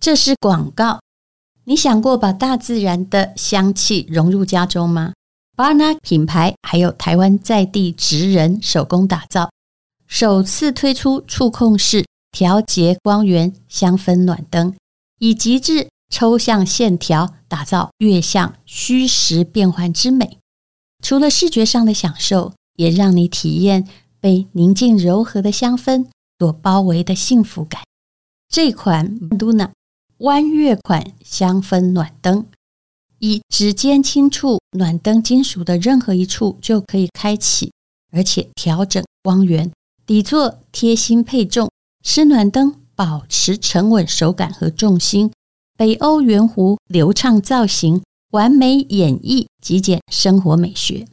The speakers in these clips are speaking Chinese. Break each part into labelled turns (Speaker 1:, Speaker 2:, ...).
Speaker 1: 这是广告。你想过把大自然的香气融入家中吗？Barna 品牌还有台湾在地职人手工打造，首次推出触控式调节光源、香氛暖灯，以极致抽象线条打造月相虚实变幻之美。除了视觉上的享受，也让你体验被宁静柔和的香氛所包围的幸福感。这款 Luna 弯月款香氛暖灯，以指尖轻触暖灯金属的任何一处就可以开启，而且调整光源。底座贴心配重，使暖灯保持沉稳手感和重心。北欧圆弧流畅造型，完美演绎极简生活美学。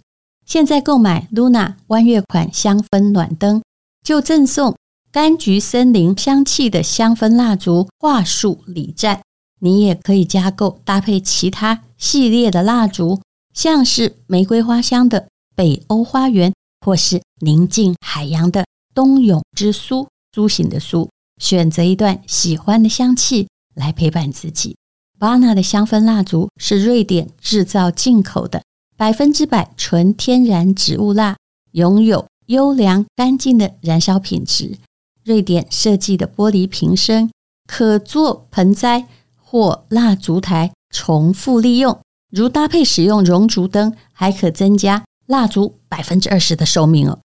Speaker 1: 现在购买 Luna 弯月款香氛暖灯，就赠送柑橘森林香气的香氛蜡烛桦树礼赞。你也可以加购搭配其他系列的蜡烛，像是玫瑰花香的北欧花园，或是宁静海洋的冬泳之苏苏醒的苏。选择一段喜欢的香气来陪伴自己。巴纳的香氛蜡烛是瑞典制造进口的，百分之百纯天然植物蜡，拥有优良干净的燃烧品质。瑞典设计的玻璃瓶身可做盆栽或蜡烛台重复利用，如搭配使用熔烛灯，还可增加蜡烛百分之二十的寿命哦。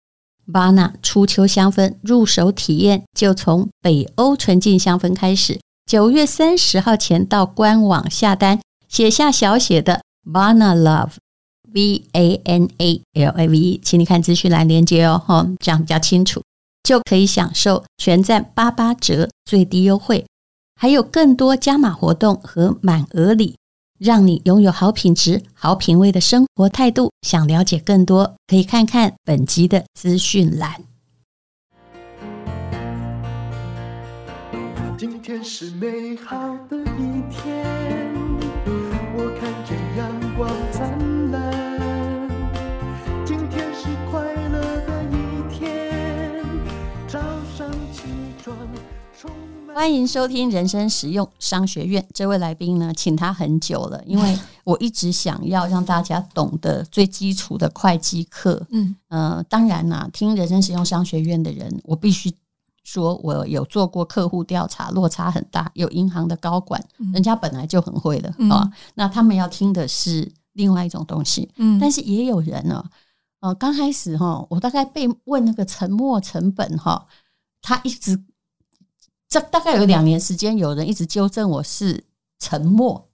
Speaker 1: 巴纳初秋香氛入手体验就从北欧纯净香氛开始，九月三十号前到官网下单，写下小写的 Vana Love V A N A L A V E，请你看资讯栏连接哦，哈，这样比较清楚，就可以享受全站八八折最低优惠，还有更多加码活动和满额礼，让你拥有好品质、好品味的生活态度。想了解更多，可以看看本集的资讯栏。
Speaker 2: 今天是美好的一天，我看见阳光灿烂。今天是快乐的一天，早上起床充满。
Speaker 1: 欢迎收听人生实用商学院。这位来宾呢，请他很久了，因为我一直想要让大家懂得最基础的会计课。
Speaker 3: 嗯，
Speaker 1: 呃，当然啦、听人生实用商学院的人，我必须说，我有做过客户调查，落差很大。有银行的高管，
Speaker 3: 嗯
Speaker 1: 人家本来就很会了啊、
Speaker 3: 嗯
Speaker 1: 那他们要听的是另外一种东西。
Speaker 3: 嗯
Speaker 1: 但
Speaker 3: 是
Speaker 1: 是也有人呢、哦，呃，刚开始哈、我大概被问那个沉没成本哈、他一直这大概有两年时间，有人一直纠正我是沉默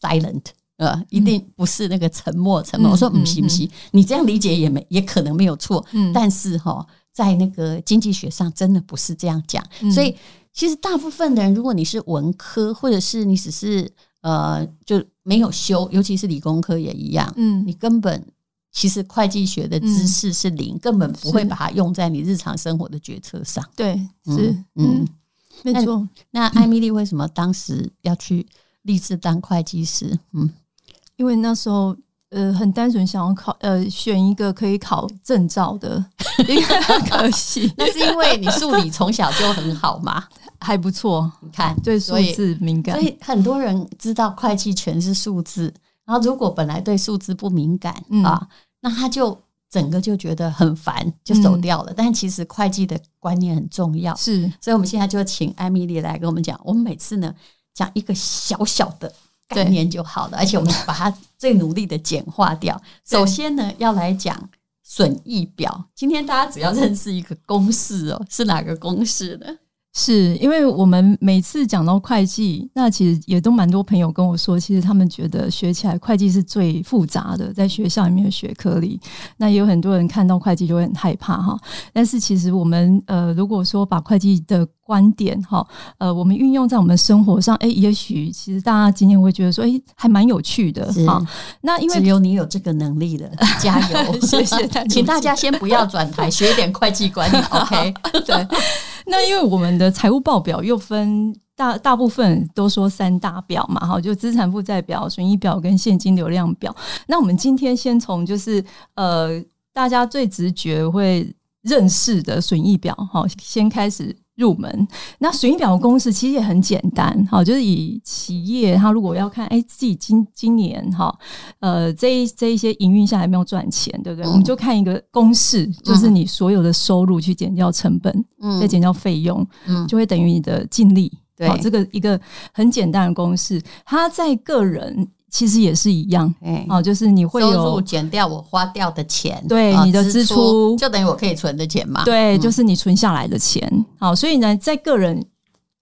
Speaker 1: silent。呃，一定不是那个沉默沉默。
Speaker 3: 嗯
Speaker 1: 我说
Speaker 3: 嗯
Speaker 1: 不行不行，你这样理解也没也可能没有错，
Speaker 3: 嗯
Speaker 1: 但是哈、在那个经济学上真的不是这样讲，
Speaker 3: 嗯
Speaker 1: 所以其实大部分的人，如果你是文科，或者是你只是呃就没有修，尤其是理工科也一样，
Speaker 3: 嗯
Speaker 1: 你根本其实会计学的知识嗯是零，根本不会
Speaker 3: 是
Speaker 1: 把它用在你日常生活的决策上。
Speaker 3: 对是
Speaker 1: 嗯
Speaker 3: 嗯，没错，
Speaker 1: 那艾米丽为什么当时要去立志当会计师？嗯
Speaker 3: 因为那时候。呃，很单纯想要考，呃，选一个可以考证照的 一个科系，
Speaker 1: 那是因为你数理从小就很好嘛，
Speaker 3: 还不错，
Speaker 1: 你 看，
Speaker 3: 对数
Speaker 1: 所以
Speaker 3: 字敏感
Speaker 1: 所。以很多人知道会计全是数字，然后如果本来对数字不敏感、
Speaker 3: 嗯
Speaker 1: 啊，那他就整个就觉得很烦，就
Speaker 3: 嗯
Speaker 1: 走掉了。但其实会计的观念很重要，
Speaker 3: 是，
Speaker 1: 所以我们现在就请艾米丽来跟我们讲。我们每次呢讲一个小小的概
Speaker 3: 对
Speaker 1: 念就好了，而且我们把它最努力的简化掉。
Speaker 3: 对
Speaker 1: 首先呢，要来讲。损益表，今天大家只要认识一个公式哦，是哪个公式呢？
Speaker 3: 是因为我们每次讲到会计，那其实也都蛮多朋友跟我说，其实他们觉得学起来会计是最复杂的，在学校里面的学科里，那也有很多人看到会计就会很害怕哈。但是其实我们呃，如果说把会计的观点哈，呃，我们运用在我们生活上，哎、也许其实大家今天会觉得说，哎、还蛮有趣的
Speaker 1: 是
Speaker 3: 哈。那因为
Speaker 1: 只有你有这个能力 了，加油！
Speaker 3: 谢谢大家
Speaker 1: 请大家先不要转台，学一点会计管理，OK？
Speaker 3: 对， 那因为我们的财务报表又分大大部分都说三大表嘛，哈，就资产负债表、损益表跟现金流量表。那我们今天先从就是呃，大家最直觉会认识的损益表，哈，先开始入门。那损益表公式其实也很简单，好，就是以企业它如果要看，哎、自己今今年哈，呃，这一这一些营运下来没有赚钱，对不对？
Speaker 1: 嗯
Speaker 3: 我们就看一个公式，就是你所有的收入去减掉成本，
Speaker 1: 嗯
Speaker 3: 再减掉费用，
Speaker 1: 嗯
Speaker 3: 就会等于你的净利。
Speaker 1: 对
Speaker 3: 好，这个一个很简单的公式，它在个人其实也是一样。
Speaker 1: 哎
Speaker 3: 哦，就是你会有
Speaker 1: 收入减掉我花掉的钱，
Speaker 3: 对
Speaker 1: 啊
Speaker 3: 你的支出
Speaker 1: 就等于我可以存的钱嘛。
Speaker 3: 对，就是你存下来的钱。好，所以呢，在个人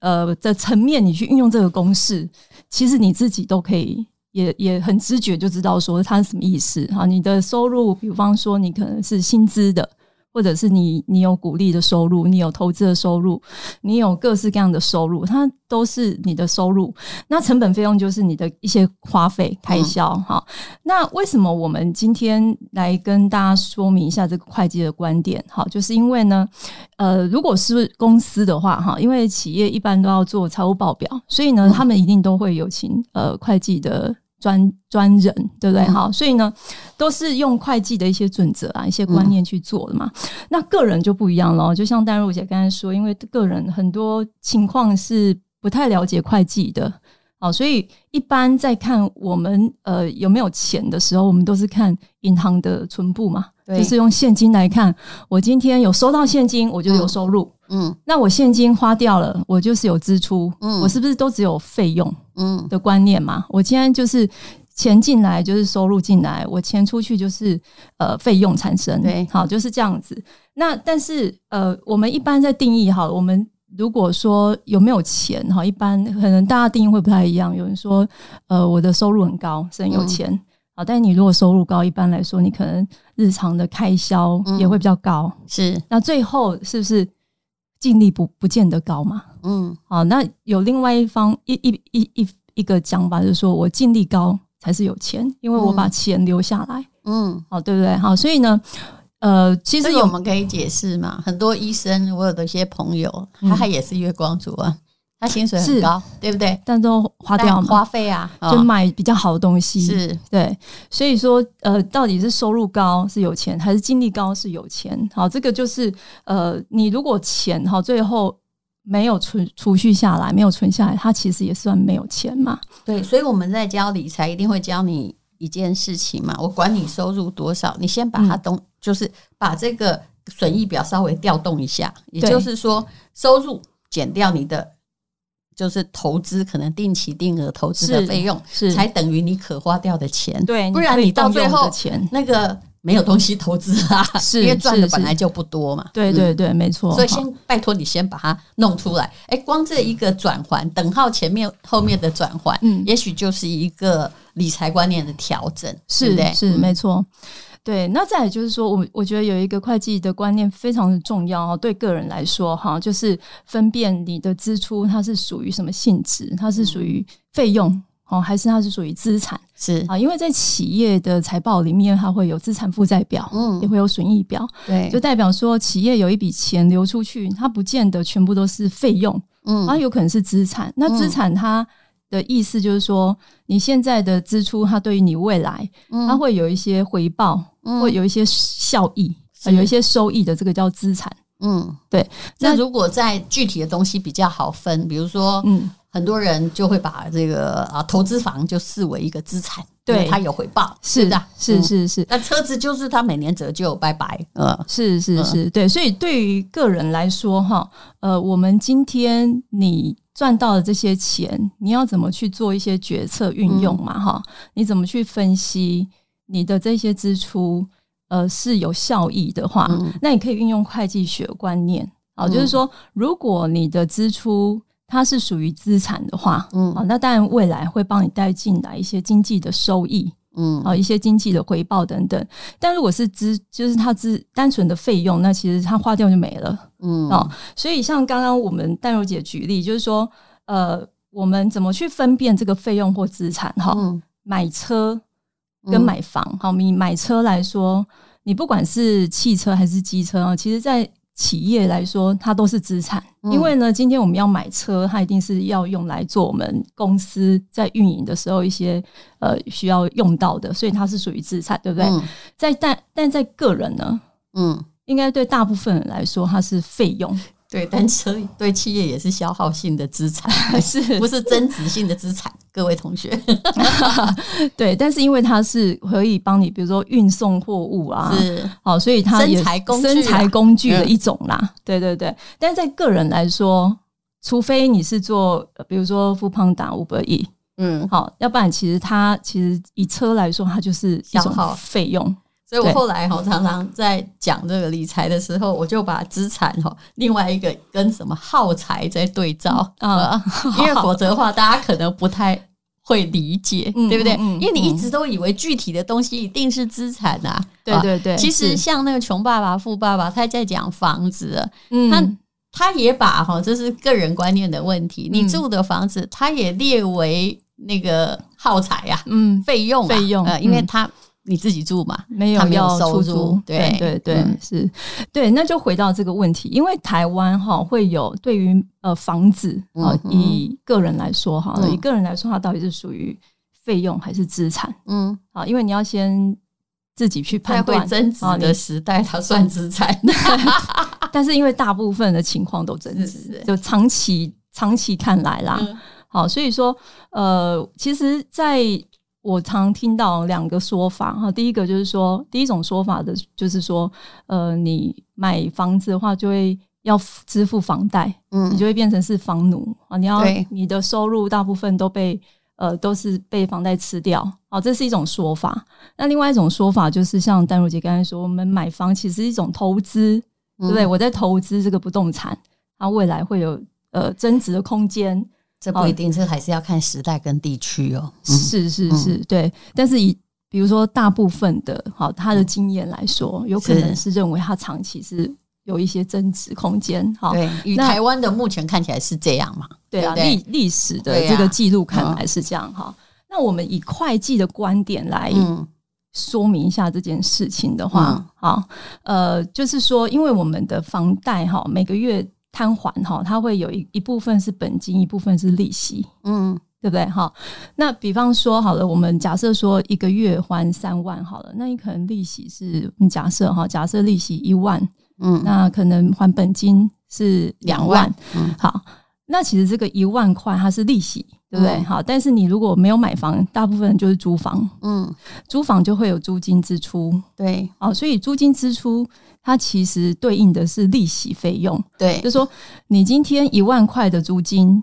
Speaker 3: 呃的层面，你去运用这个公式，其实你自己都可以。也也很直觉就知道说它是什么意思好，你的收入，比方说你可能是薪资的，或者是你你有鼓励的收入，你有投资的收入，你有各式各样的收入，它都是你的收入。那成本费用就是你的一些花费开销哈、好那为什么我们今天来跟大家说明一下这个会计的观点？好，就是因为呢，呃，如果是公司的话哈，因为企业一般都要做财务报表，所以呢，他们一定都会有请呃会计的。专专人对不对？
Speaker 1: 嗯
Speaker 3: 好，所以呢，都是用会计的一些准则啊、一些观念去做的嘛。那个人就不一样咯，就像淡如姐刚才说，因为个人很多情况是不太了解会计的，好，所以一般在看我们呃有没有钱的时候，我们都是看银行的存部嘛，
Speaker 1: 对
Speaker 3: 就是用现金来看。我今天有收到现金，我就有收入；
Speaker 1: 嗯
Speaker 3: 那我现金花掉了，我就是有支出。
Speaker 1: 嗯
Speaker 3: 我是不是都只有费用？
Speaker 1: 嗯
Speaker 3: 的观念嘛。我今天就是钱进来就是收入进来，我钱出去就是呃费用产生，
Speaker 1: 对
Speaker 3: 好就是这样子。那但是呃，我们一般在定义好了，我们。如果说有没有钱哈，一般可能大家定义会不太一样。有人说，呃，我的收入很高，是很有钱好、但你如果收入高，一般来说，你可能日常的开销也会比较高。
Speaker 1: 是
Speaker 3: 那最后是不是净利不不见得高嘛？
Speaker 1: 嗯
Speaker 3: 好，那有另外一方一一一一一个讲法，就是说我尽力高才是有钱，因为我把钱留下来，
Speaker 1: 嗯，
Speaker 3: 好，对不对？好，所以呢，呃，其
Speaker 1: 这
Speaker 3: 实
Speaker 1: 个
Speaker 3: 有
Speaker 1: 我们可以解释嘛。很多医生，我有的一些朋友，
Speaker 3: 嗯
Speaker 1: 他也是月光族啊，他薪水很
Speaker 3: 是
Speaker 1: 高，对不对？
Speaker 3: 但都花掉
Speaker 1: 但
Speaker 3: 嘛，
Speaker 1: 花费啊，啊
Speaker 3: 就买比较好的东西，
Speaker 1: 是
Speaker 3: 对，所以说，呃，到底是收入高是有钱，还是精力高是有钱？好，这个就是，呃，你如果钱哈，最后没有存储蓄下来，没有存下来，它其实也算没有钱嘛，
Speaker 1: 对，所以我们在教理财，一定会教你一件事情嘛。我管你收入多少，你先把它
Speaker 3: 嗯
Speaker 1: 东，就是把这个损益表稍微调动一下，也
Speaker 3: 对
Speaker 1: 就是说，收入减掉你的就是投资，可能定期定额投资的
Speaker 3: 是
Speaker 1: 费用，
Speaker 3: 是
Speaker 1: 才等于你可花掉的钱。
Speaker 3: 对，
Speaker 1: 不然
Speaker 3: 可以
Speaker 1: 你到
Speaker 3: 动
Speaker 1: 最
Speaker 3: 用
Speaker 1: 后
Speaker 3: 的钱，
Speaker 1: 那个没有东西投资啊，
Speaker 3: 是
Speaker 1: 因为赚的
Speaker 3: 是
Speaker 1: 本来
Speaker 3: 是
Speaker 1: 就不多嘛。
Speaker 3: 对
Speaker 1: 嗯
Speaker 3: 对对，没错，
Speaker 1: 所以
Speaker 3: 哦好
Speaker 1: 先拜托你先把它弄出来。哎、光这一个转环，等号前面后面的转环，
Speaker 3: 嗯
Speaker 1: 也许就是一个理财观念的调整，对
Speaker 3: 是
Speaker 1: 不对？
Speaker 3: 是
Speaker 1: 嗯
Speaker 3: 没错。对，那再来就是说，我我觉得有一个会计的观念非常的重要哦，对个人来说哈，就是分辨你的支出它是属于什么性质，它是属于费用哦，还是它是属于资产
Speaker 1: 是，
Speaker 3: 啊？因为在企业的财报里面，它会有资产负债表，
Speaker 1: 嗯
Speaker 3: 也会有损益表，
Speaker 1: 对，
Speaker 3: 就代表说企业有一笔钱流出去，它不见得全部都是费用，它
Speaker 1: 嗯
Speaker 3: 有可能是资产。那资产它的意思就是说，你现在的支出，它对于你未来，
Speaker 1: 嗯
Speaker 3: 它会有一些回报，
Speaker 1: 嗯
Speaker 3: 会有一些效益，
Speaker 1: 是
Speaker 3: 呃有一些收益的，这个叫资产。
Speaker 1: 嗯，
Speaker 3: 对。
Speaker 1: 那
Speaker 3: 那
Speaker 1: 如果在具体的东西比较好分，比如说，
Speaker 3: 嗯，
Speaker 1: 很多人就会把这个啊投资房就视为一个资产，
Speaker 3: 对
Speaker 1: 因为它有回报，
Speaker 3: 是
Speaker 1: 的，
Speaker 3: 是
Speaker 1: 嗯。
Speaker 3: 是是
Speaker 1: 那车子就是它每年折旧，拜拜，呃，
Speaker 3: 是是
Speaker 1: 嗯
Speaker 3: 是，对。所以对于个人来说，哈，呃，我们今天你。赚到的这些钱，你要怎么去做一些决策运用嘛？
Speaker 1: 嗯
Speaker 3: 哈、你怎么去分析你的这些支出？呃，是有效益的话，
Speaker 1: 嗯
Speaker 3: 那你可以运用会计学观念啊，
Speaker 1: 嗯
Speaker 3: 就是说，如果你的支出它是属于资产的话，
Speaker 1: 嗯
Speaker 3: 嗯，啊，那当然未来会帮你带进来一些经济的收益，
Speaker 1: 嗯
Speaker 3: 啊，一些经济的回报等等。但如果是资，就是它资单纯的费用，那其实它花掉就没了
Speaker 1: 嗯
Speaker 3: 哦。所以像刚刚我们淡如姐举例，就是说，呃，我们怎么去分辨这个费用或资产？哈、
Speaker 1: 嗯
Speaker 3: 买车跟买房，好、你买车来说，你不管是汽车还是机车啊，其实在企业来说，它都是资产，
Speaker 1: 嗯
Speaker 3: 因为呢，今天我们要买车，它一定是要用来做我们公司在运营的时候一些呃需要用到的，所以它是属于资产，对不对？
Speaker 1: 嗯
Speaker 3: 在但但在个人呢，
Speaker 1: 嗯，
Speaker 3: 应该对大部分人来说，它是费用，
Speaker 1: 对，单车对企业也是消耗性的资产，
Speaker 3: 是
Speaker 1: 不是增值性的资产？ 各位同学，
Speaker 3: 对，但是因为它是可以帮你，比如说运送货物啊，
Speaker 1: 是
Speaker 3: 好，所以它也
Speaker 1: 生财工具啊
Speaker 3: 生财工具的一种啦。对对对，但是在个人来说，除非你是做呃比如说富胖达五百亿，
Speaker 1: 嗯，
Speaker 3: 好，要不然其实它其实以车来说，它就是一
Speaker 1: 消
Speaker 3: 种
Speaker 1: 耗
Speaker 3: 费用。
Speaker 1: 所以我
Speaker 3: 对
Speaker 1: 后来哈常常在讲这个理财的时候，我就把资产哈另外一个跟什么耗材在对 照
Speaker 3: 啊
Speaker 1: 啊，因为否则的话大家可能不太。会理解，
Speaker 3: 嗯
Speaker 1: 对不对？
Speaker 3: 嗯嗯
Speaker 1: 因为你一直都以为具体的东西一定是资产呐、啊，
Speaker 3: 对对对，
Speaker 1: 其实
Speaker 3: 是
Speaker 1: 像那个穷爸爸、富爸爸，他在讲房子，他
Speaker 3: 嗯
Speaker 1: 他也把哈，这是个人观念的问题，你住的房子，他也列为那个耗材呀、
Speaker 3: 嗯
Speaker 1: 费用啊、
Speaker 3: 费用
Speaker 1: 呃，因为
Speaker 3: 嗯
Speaker 1: 他你自己住嘛，
Speaker 3: 没有
Speaker 1: 他没有
Speaker 3: 要
Speaker 1: 收
Speaker 3: 出
Speaker 1: 入
Speaker 3: 租，
Speaker 1: 对
Speaker 3: 对对，
Speaker 1: 嗯
Speaker 3: 是，对，那就回到这个问题，因为台湾哈会有对于呃房子啊、呃
Speaker 1: 嗯哼
Speaker 3: 以个人来说哈、
Speaker 1: 嗯
Speaker 3: 以个人来说，它到底是属于费用还是资产
Speaker 1: 嗯，
Speaker 3: 啊？因为你要先自己去
Speaker 1: 在
Speaker 3: 判
Speaker 1: 会
Speaker 3: 断
Speaker 1: 增值
Speaker 3: 啊你
Speaker 1: 的时代，它算资 产。
Speaker 3: 但是因为大部分的情况都增
Speaker 1: 是是
Speaker 3: 值，就长期长期看来啦，
Speaker 1: 嗯
Speaker 3: 好，所以说呃，其实在我常听到两个说法哈，第一个就是说，第一种说法的就是说，呃，你买房子的话就会要付支付房贷，你
Speaker 1: 嗯，
Speaker 3: 就会变成是房奴啊，你要
Speaker 1: 对
Speaker 3: 你的收入大部分都被呃都是被房贷吃掉，哦，这是一种说法。那另外一种说法就是像丹如姐刚才说，我们买房其实是一种投资，对不对？我在投资这个不动产，它未来会有呃增值的空间，
Speaker 1: 这不一定，这还是要看时代跟地区哦。
Speaker 3: 是是是，对。但是以比如说大部分的好他的经验来说，有可能是认为它长期是有一些增值空间，好。
Speaker 1: 对，以
Speaker 3: 那
Speaker 1: 台湾的目前看起来是这样嘛？
Speaker 3: 对啊，
Speaker 1: 对不对
Speaker 3: 历历史
Speaker 1: 对
Speaker 3: 的
Speaker 1: 啊
Speaker 3: 这个记录看来是这样哈、那我们以会计的观点来
Speaker 1: 嗯
Speaker 3: 说明一下这件事情的话，好，呃，就是说，因为我们的房贷哈，每个月摊还哈，它会有一一部分是本金，一部分是利息，
Speaker 1: 嗯
Speaker 3: 对不对？哈，那比方说好了，我们假设说一个月还三万好了，那你可能利息是，你假设哈，假设利息一万，
Speaker 1: 嗯，
Speaker 3: 那可能还本金是两万，
Speaker 1: 两万嗯
Speaker 3: 好，那其实这个一万块它是利息，对不对？
Speaker 1: 嗯
Speaker 3: 好，但是你如果没有买房，大部分人就是租房，
Speaker 1: 嗯，
Speaker 3: 租房就会有租金支出，
Speaker 1: 对
Speaker 3: 好，所以租金支出它其实对应的是利息费用，
Speaker 1: 对
Speaker 3: 就说你今天一万块的租金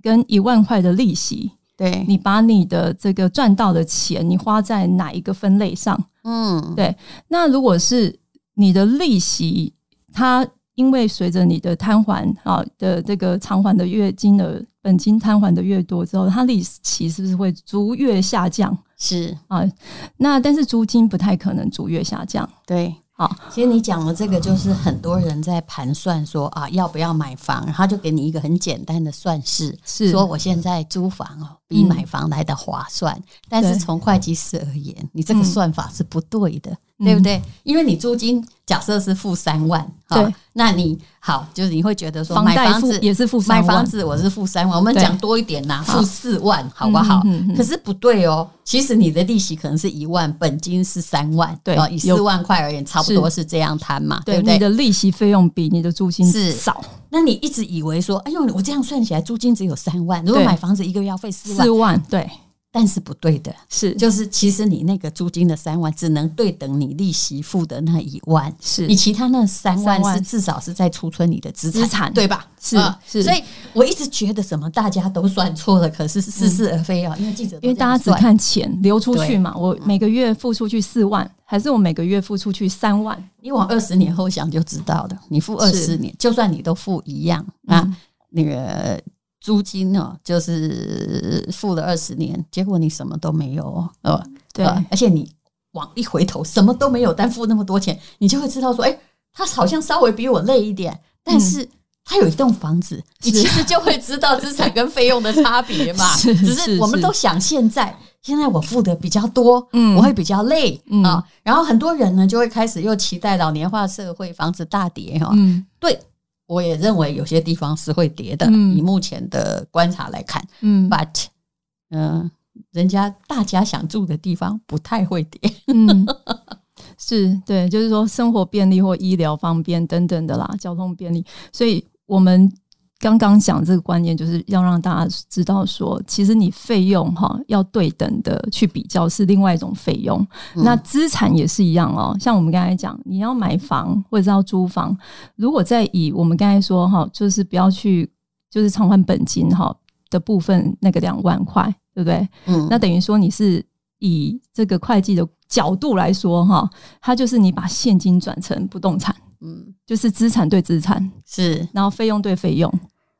Speaker 3: 跟一万块的利息，
Speaker 1: 对，
Speaker 3: 你把你的这个赚到的钱，你花在哪一个分类上？
Speaker 1: 嗯
Speaker 3: 对，那如果是你的利息，它因为随着你的摊还啊的这个偿还的月金额，本金摊还的越多之后，它利息是不是会逐月下降
Speaker 1: 是，
Speaker 3: 啊？那但是租金不太可能逐月下降。
Speaker 1: 对。
Speaker 3: 好，
Speaker 1: 其实你讲的这个，就是很多人在盘算说啊，要不要买房，然后就给你一个很简单的算式，
Speaker 3: 是嗯
Speaker 1: 说我现在租房哦，比买房来的划算。但是
Speaker 3: 对
Speaker 1: 从会计师而言，你这个
Speaker 3: 嗯
Speaker 1: 算法是不对的，
Speaker 3: 嗯
Speaker 1: 对不对？因为你租金假设是付三万，啊
Speaker 3: 对，
Speaker 1: 那你好，就是你会觉得说
Speaker 3: 房
Speaker 1: 买
Speaker 3: 贷
Speaker 1: 房
Speaker 3: 付
Speaker 1: 子
Speaker 3: 也是付
Speaker 1: 买
Speaker 3: 3万
Speaker 1: 房子我是付三万，我们
Speaker 3: 对
Speaker 1: 讲多一点呐，
Speaker 3: 好
Speaker 1: 付四万好不好？
Speaker 3: 嗯嗯嗯嗯
Speaker 1: 可是不对哦，其实你的利息可能是一万，本金是三万，
Speaker 3: 对
Speaker 1: 哦以四
Speaker 3: 有
Speaker 1: 万块而言，差不
Speaker 3: 是
Speaker 1: 多是这样摊嘛，对
Speaker 3: 对，
Speaker 1: 不对
Speaker 3: 你？的利息费用比你的租金
Speaker 1: 是
Speaker 3: 少
Speaker 1: 那你一直以为说，哎呦，我这样算起来租金只有三万，如果
Speaker 3: 对
Speaker 1: 买房子一个月要费四万
Speaker 3: 四，万，对，
Speaker 1: 但是不对的，
Speaker 3: 是
Speaker 1: 就是其实你那个租金的三万只能对等你利息付的那一万。
Speaker 3: 是
Speaker 1: 你其他那三万
Speaker 3: 三万
Speaker 1: 是至少是在储存你的资产，
Speaker 3: 资产
Speaker 1: 对吧？
Speaker 3: 是
Speaker 1: 呃
Speaker 3: 是
Speaker 1: 所以我一直觉得什么大家都算错了，可是似是而非哦，因为记者都
Speaker 3: 因为
Speaker 1: 这样
Speaker 3: 大家只
Speaker 1: 算
Speaker 3: 看钱流出去嘛，我每个月付出去四万，还是我每个月付出去三万？
Speaker 1: 你往二十年后想就知道了。你付二十
Speaker 3: 是嗯
Speaker 1: 年，就算你都付一样啊，那个租金哦，就是付了二十年，结果你什么都没有哦，呃，
Speaker 3: 对
Speaker 1: 呃而且你往一回头，什么都没有，但付那么多钱，你就会知道说，哎、他好像稍微比我累一点，但
Speaker 3: 嗯
Speaker 1: 是。他有一栋房子，你
Speaker 3: 是
Speaker 1: 其实就会知道资产跟费用的差别嘛。
Speaker 3: 是
Speaker 1: 只
Speaker 3: 是
Speaker 1: 是我们
Speaker 3: 是
Speaker 1: 都想现在，现在我付的比较多，
Speaker 3: 嗯
Speaker 1: 我会比较累啊、
Speaker 3: 嗯
Speaker 1: 然后很多人呢就会开始又期待老年化社会，房子大跌哈、
Speaker 3: 嗯，
Speaker 1: 对，我也认为有些地方是会跌的。
Speaker 3: 嗯
Speaker 1: 以目前的观察来看
Speaker 3: 嗯
Speaker 1: ，but 嗯、人家大家想住的地方不太会跌。
Speaker 3: 嗯，是对，就是说生活便利或医疗方便等等的啦，交通便利，所以。我们刚刚讲这个观念，就是要让大家知道说，其实你费用哈要对等的去比较是另外一种费用，那资产也是一样哦。像我们刚才讲，你要买房或者是要租房，如果在以我们刚才说哈，就是不要去就是偿还本金哈的部分那个两万块，对不对？
Speaker 1: 嗯
Speaker 3: 那等于说你是以这个会计的角度来说哈，它就是你把现金转成不动产，
Speaker 1: 嗯
Speaker 3: 就是资产对资产，
Speaker 1: 是，
Speaker 3: 然后费用对费用。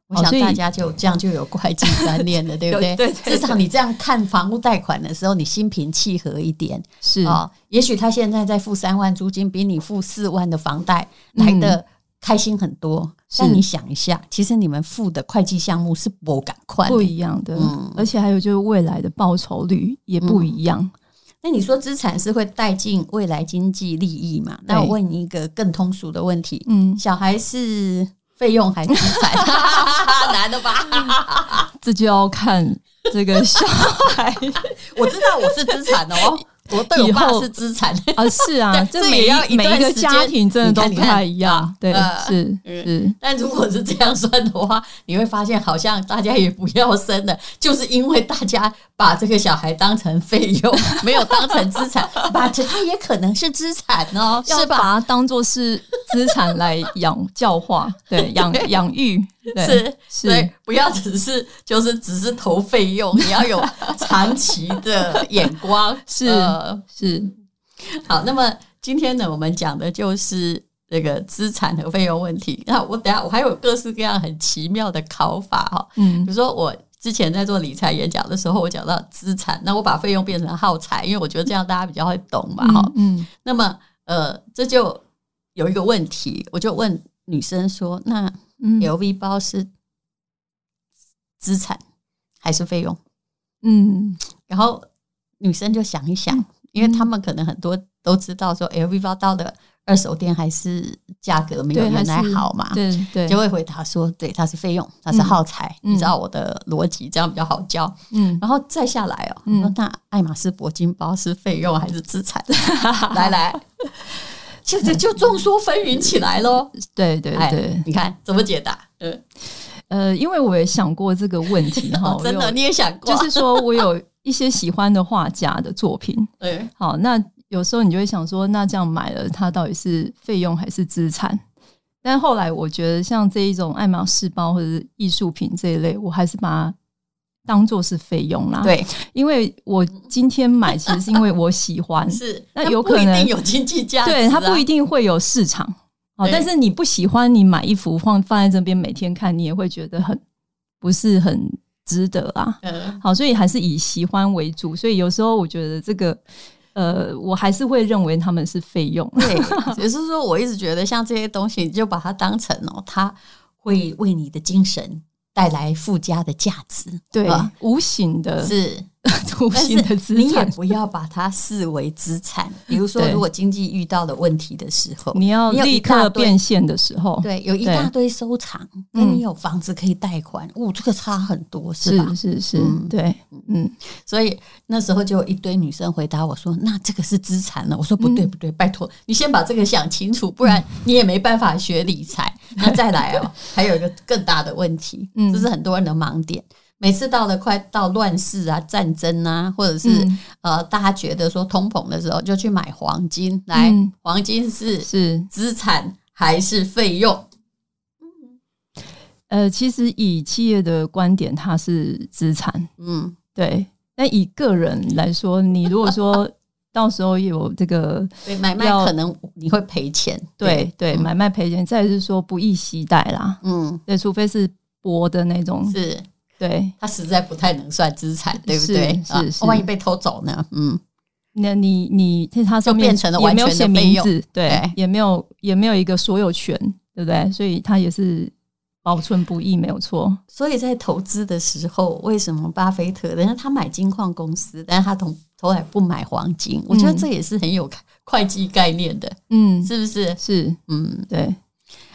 Speaker 1: 我
Speaker 3: 好
Speaker 1: 想
Speaker 3: 哦所以嗯
Speaker 1: 大家就这样就有会计观念 了，对不对？
Speaker 3: 对对对
Speaker 1: 至少你这样看房屋贷款的时候，你心平气和一点
Speaker 3: 是
Speaker 1: 哦。也许他现在在付三万租金，比你付四万的房贷来的开心很多。
Speaker 3: 是
Speaker 1: 但你想一下，其实你们付的会计项目是不赶快
Speaker 3: 不一样的，
Speaker 1: 哦嗯
Speaker 3: 而且还有就是未来的报酬率也不一样。
Speaker 1: 那你说资产是会带进未来经济利益嘛？那我问你一个更通俗的问题：
Speaker 3: 嗯，
Speaker 1: 小孩是费用还是资产？ 难的吧？
Speaker 3: 这就要看这个 小孩
Speaker 1: 我知道我是资产哦，我对我爸是资产。
Speaker 3: 啊，是 啊，
Speaker 1: 对
Speaker 3: 这
Speaker 1: 这
Speaker 3: 每
Speaker 1: 也要一
Speaker 3: 每
Speaker 1: 段
Speaker 3: 一个
Speaker 1: 时间
Speaker 3: 家庭真的都
Speaker 1: 你
Speaker 3: 不
Speaker 1: 看
Speaker 3: 太一样
Speaker 1: 你看，
Speaker 3: 对，
Speaker 1: 啊
Speaker 3: 是
Speaker 1: 嗯
Speaker 3: 是，
Speaker 1: 但如果是这样算的话，你会发现好像大家也不要生了，就是因为大家把这个小孩当成费用，没有当成资产，把他也可能是资产哦，
Speaker 3: 要
Speaker 1: 是
Speaker 3: 把
Speaker 1: 吧？
Speaker 3: 它当做是资产来养教化，对， 养养育，对，
Speaker 1: 是，
Speaker 3: 是
Speaker 1: 所以不要只是就是只是投费用，你要有长期的眼光。
Speaker 3: 是
Speaker 1: 呃
Speaker 3: 是
Speaker 1: 好，那么今天呢，我们讲的就是这个资产和费用问题。那我等一下我还有各式各样很奇妙的考法哈、哦，比
Speaker 3: 嗯
Speaker 1: 如说我。之前在做理财演讲的时候，我讲到资产，那我把费用变成耗材，因为我觉得这样大家比较会懂嘛，哈、
Speaker 3: 嗯
Speaker 1: 那么，呃，这就有一个问题，我就问女生说：“那
Speaker 3: 嗯
Speaker 1: LV 包是资产还是费用
Speaker 3: 嗯，？”
Speaker 1: 然后女生就想一想，因为他们可能很多都知道说 LV 包到的二手店还是价格没有
Speaker 3: 对，还
Speaker 1: 原
Speaker 3: 是
Speaker 1: 来好嘛，
Speaker 3: 对对
Speaker 1: 就，会回答说：“对，它是费用，它是耗材。
Speaker 3: 嗯
Speaker 1: 你知道我的逻辑，这样比较好教。
Speaker 3: 嗯
Speaker 1: 然后再下来哦，
Speaker 3: 嗯
Speaker 1: 那那爱马仕铂金包是费用还是资 产？来来，现在就众说纷纭起来喽。
Speaker 3: 对对
Speaker 1: 哎
Speaker 3: 对，，
Speaker 1: 你看怎么解答？嗯，
Speaker 3: 呃，因为我也想过这个问题哈
Speaker 1: 哦，真
Speaker 3: 我
Speaker 1: 的
Speaker 3: 有
Speaker 1: 你也想 过，
Speaker 3: 就是说我有一些喜欢的画家的作品，
Speaker 1: 对，
Speaker 3: 好，那有时候你就会想说，那这样买了它到底是费用还是资产？但后来我觉得，像这一种爱马仕包或者是艺术品这一类，我还是把它当做是费用啦。，
Speaker 1: 对，，
Speaker 3: 因为我今天买其实是因为我喜欢
Speaker 1: 是，
Speaker 3: 那
Speaker 1: 它
Speaker 3: 有
Speaker 1: 不
Speaker 3: 可
Speaker 1: 一
Speaker 3: 能
Speaker 1: 定有经济价值啊，
Speaker 3: 对它不一定会有市场。好，
Speaker 1: 对
Speaker 3: 但是你不喜欢，你买一幅放放在这边，每天看，你也会觉得很不是很值得啊。
Speaker 1: 嗯，
Speaker 3: 好，所以还是以喜欢为主。所以有时候我觉得这个，呃，我还是会认为他们是费用。
Speaker 1: 对，只是说我一直觉得像这些东西，你就把它当成哦，它会为你的精神带来附加的价值，
Speaker 3: 对
Speaker 1: 啊，
Speaker 3: 无形的、
Speaker 1: 是。
Speaker 3: 无形的
Speaker 1: 但是
Speaker 3: 资
Speaker 1: 你也
Speaker 3: 产，
Speaker 1: 不要把它视为资 产。比如说，
Speaker 3: 对
Speaker 1: 如果经济遇到了问题的时候，
Speaker 3: 你要
Speaker 1: 有一
Speaker 3: 立
Speaker 1: 大
Speaker 3: 刻
Speaker 1: 堆
Speaker 3: 变现的时候，
Speaker 1: 对，有一
Speaker 3: 对嗯
Speaker 1: 大堆收藏，那你有房子可以贷款，哦，这个差很多，是吧？
Speaker 3: 是是是，
Speaker 1: 嗯
Speaker 3: 对，嗯，
Speaker 1: 所以那时候就有一堆女生回答我说：“那这个是资产了。”我
Speaker 3: 嗯
Speaker 1: 说：“不对，不对，拜托，你先把这个想清楚，不 然你也没办法学理财。那再来哦，还有一个更大的问题，
Speaker 3: 嗯
Speaker 1: 这是很多人的盲点。每次到了快到乱世啊、战争啊，或者是、
Speaker 3: 嗯
Speaker 1: 呃，大家觉得说通膨的时候，就去买黄金。来，
Speaker 3: 嗯
Speaker 1: 黄金是
Speaker 3: 是。
Speaker 1: 资产还是费用？
Speaker 3: 呃，其实以企业的观点，它是资产，
Speaker 1: 嗯，
Speaker 3: 对。但以个人来说，你如 果说到时候有这个
Speaker 1: 对，买卖
Speaker 3: 要
Speaker 1: 可能你会赔嗯钱。
Speaker 3: 对对买卖赔钱，再来是说不易携带啦，
Speaker 1: 嗯，
Speaker 3: 对，除非是薄的那种，
Speaker 1: 是。
Speaker 3: 对。
Speaker 1: 它实在不太能算资产，对不对？
Speaker 3: 是
Speaker 1: 啊
Speaker 3: 是
Speaker 1: 万一被偷走呢？嗯，
Speaker 3: 那你你它上
Speaker 1: 就
Speaker 3: 面
Speaker 1: 变成了
Speaker 3: 也
Speaker 1: 完
Speaker 3: 没
Speaker 1: 全
Speaker 3: 有
Speaker 1: 的
Speaker 3: 写
Speaker 1: 费
Speaker 3: 名
Speaker 1: 用
Speaker 3: 字，对
Speaker 1: 对，
Speaker 3: 也没有也没有一个所有权，对不对？所以它也是保存不易，没有错。
Speaker 1: 所以在投资的时候，为什么巴菲特，人家他买金矿公司，但是他投投来不买黄金？我觉得这也是很有会计概念的，
Speaker 3: 嗯，
Speaker 1: 是不是？
Speaker 3: 是，
Speaker 1: 嗯，
Speaker 3: 对，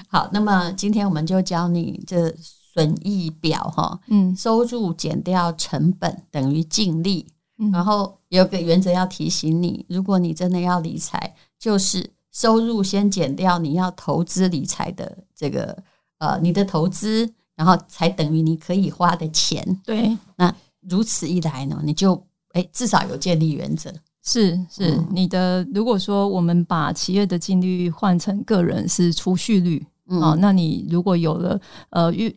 Speaker 1: 好，那么今天我们就教你这损益表哈，
Speaker 3: 嗯
Speaker 1: 收入减掉成本等于净利，
Speaker 3: 嗯
Speaker 1: 然后有个原则要提醒你，如果你真的要理财，就是收入先减掉你要投资理财的这个呃你的投资，然后才等于你可以花的钱。
Speaker 3: 对，
Speaker 1: 那如此一来呢，你就哎至少有建立原则。
Speaker 3: 是是，
Speaker 1: 嗯
Speaker 3: 你的如果说我们把企业的净利率换成个人是储蓄率
Speaker 1: 嗯
Speaker 3: 哦，那你如果有了呃越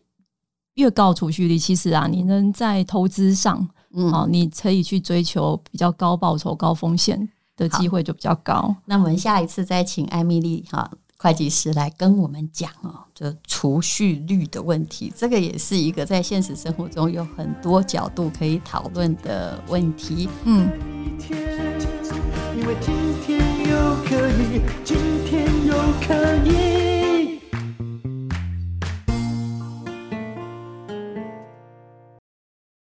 Speaker 3: 越高储蓄率，其实啊，你能在投资上
Speaker 1: 嗯
Speaker 3: 哦，你可以去追求比较高报酬、高风险的机会就比较高。
Speaker 1: 那我们下一次再请艾米丽哈、会计师来跟我们讲哦，就储蓄率的问题，这个也是一个在现实生活中有很多角度可以讨论的问题。
Speaker 3: 嗯。
Speaker 2: 一天，因为今天又可以，今天又可以。